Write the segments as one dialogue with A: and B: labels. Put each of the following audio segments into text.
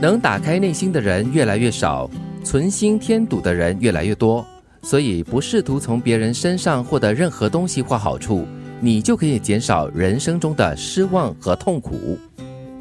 A: 能打开内心的人越来越少，存心添堵的人越来越多。所以，不试图从别人身上获得任何东西或好处，你就可以减少人生中的失望和痛苦。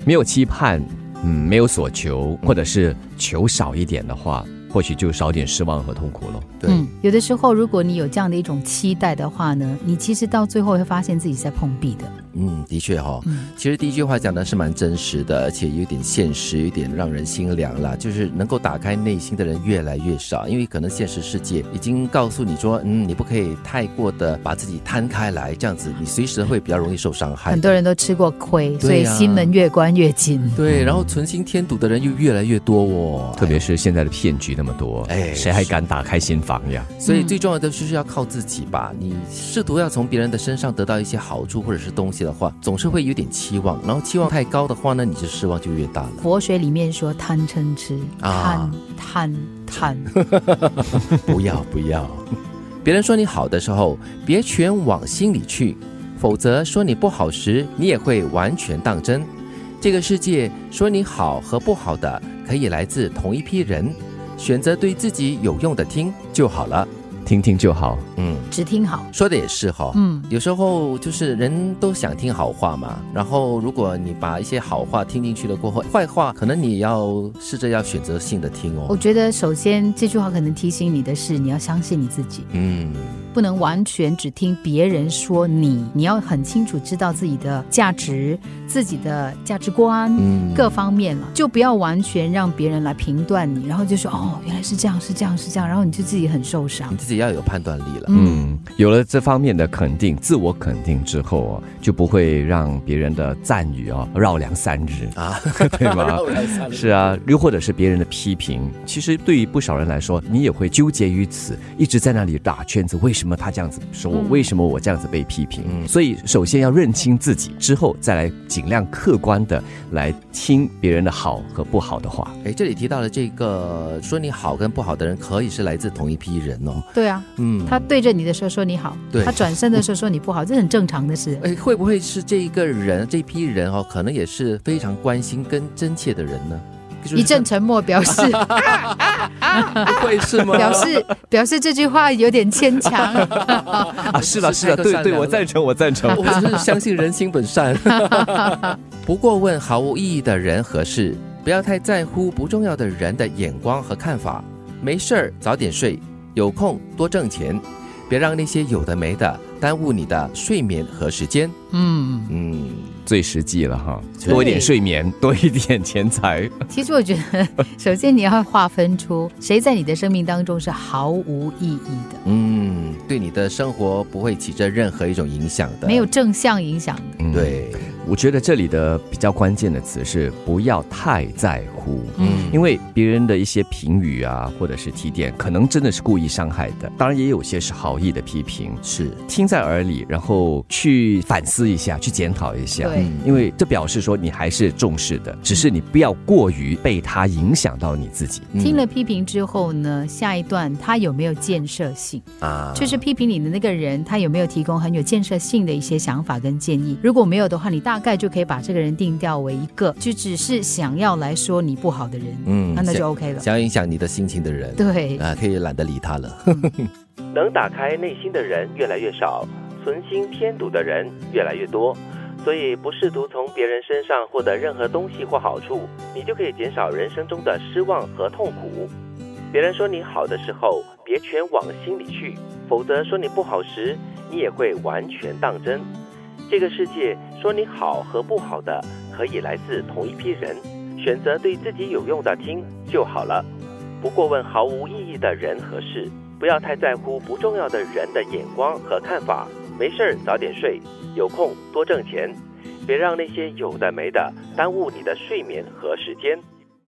B: 没有期盼，嗯，没有所求，
A: 嗯
B: 或者是求少一点的话，或许就少点失望和痛苦了。
A: 对，
C: 嗯，有的时候如果你有这样的一种期待的话呢，你其实到最后会发现自己是在碰壁的。
A: 嗯，的确哈、哦，
C: 嗯
A: 其实第一句话讲的是蛮真实的，而且有点现实，有点让人心凉啦。就是能够打开内心的人越来越少，因为可能现实世界已经告诉你说，嗯，你不可以太过的把自己摊开来，这样子你随时会比较容易受伤害。
C: 很多人都吃过亏，所
A: 哎对
C: 以
A: 呀
C: 心门越关越紧。
A: 对，然后存心添堵的人又越来越多哦，
B: 特别是现在的骗局那么多，
A: 哎
B: 谁还敢打开心房呀？
A: 所以最重要的就是要靠自己吧。你试图要从别人的身上得到一些好处或者是东西的话，总是会有点期望，然后期望太高的话呢，你就失望就越大了。
C: 佛学里面说贪嗔痴，
A: 啊
C: 贪贪贪，
A: 不要不要，
B: 嗯
A: 别人说你好的时候，别全往心里去，否则说你不好时，你也会完全当真。这个世界说你好和不好的，可以来自同一批人，选择对自己有用的听就好了。
B: 听听就好。
A: 嗯，
C: 只听好。
A: 说的也是哈、
C: 嗯，
A: 有时候就是人都想听好话嘛，然后如果你把一些好话听进去了过后，坏话可能你也要试着要选择性的听
C: 我
A: 哦。
C: 觉得首先这句话可能提醒你的是，你要相信你自己，
A: 嗯，
C: 不能完全只听别人说你，你要很清楚知道自己的价值、自己的价值观。
A: 嗯
C: 各方面了，就不要完全让别人来评断你，然后就说哦，原来是这样，是这样，是这样，然后你就自己很受伤
A: 你。自己要有判断力了。
B: 嗯，有了这方面的肯定，自我肯定之后啊，就不会让别人的赞誉啊绕梁三日
A: 啊，
B: 对吧？是啊，又或者是别人的批评，其实对于不少人来说，你也会纠结于此，一直在那里打圈子。为什么他这样子说我？
C: 嗯
B: 为什么我这样子被批评？
A: 嗯
B: 所以，首先要认清自己，之后再来尽量客观的来听别人的好和不好的话。
A: 哎，这里提到了这个说你好跟不好的人，可以是来自同一批人哦。
C: 对啊，
A: 嗯，
C: 他对着你的时候说你好
A: 对，
C: 他转身的时候说你不好，这很正常 的事。
A: 哎，会不会是这一个人这批人哦，可能也是非常关心跟真切的人呢？就是
C: 一阵沉默表示
A: 不会是吗？
C: 表示表示这句话有点牵强，
B: 啊，是了是了，
A: 太过
B: 对
A: 善
B: 对，
A: 良
B: 我
A: 了
B: 赞成，我赞成。
A: 我只是相信人心本善。不过问毫无意义的人和事，不要太在乎不重要的人的眼光和看法。没事儿早点睡，有空多挣钱，别让那些有的没的耽误你的睡眠和时间。
C: 嗯，
A: 嗯，
B: 最实际了哈，
C: 对
B: 多一点睡眠， 多一点钱财。
C: 其实我觉得，首先你要划分出谁在你的生命当中是毫无意义的，
A: 嗯，对你的生活不会起着任何一种影响的。
C: 没有，正向影响的。
B: 嗯，
A: 对，
B: 我觉得这里的比较关键的词是不要太在乎。
A: 嗯，
B: 因为别人的一些评语啊，或者是提点，可能真的是故意伤害的。当然，也有些是好意的批评，
A: 是，
B: 听在耳里，然后去反思一下，去检讨一
A: 嗯
B: 下。
C: 对
B: 因为这表示说你还是重视的，只是你不要过于被它影响到你自己。
A: 嗯
C: 听了批评之后呢，下一段他有没有建设性？
A: 啊，
C: 就是批评你的那个人，他有没有提供很有建设性的一些想法跟建议？如果没有的话，你大概就可以把这个人定调为一个就只是想要来说你不好的人，
A: 嗯
C: 那那
A: 想
C: 就 OK 了。
A: 想要影响你的心情的人，
C: 对，
A: 啊，可以懒得理他了。 能打开内心的人越来越少，存心添堵的人越来越多，所以不试图从别人身上获得任何东西或好处，你就可以减少人生中的失望和痛苦。别人说你好的时候，别全往心里去，否则说你不好时，你也会完全当真。这个世界说你好和不好的，可以来自同一批人，选择对自己有用的听就好了。不过问毫无意义的人和事，不要太在乎不重要的人的眼光和看法。没事儿早点睡，有空多挣钱，别让那些有的没的耽误你的睡眠和时间。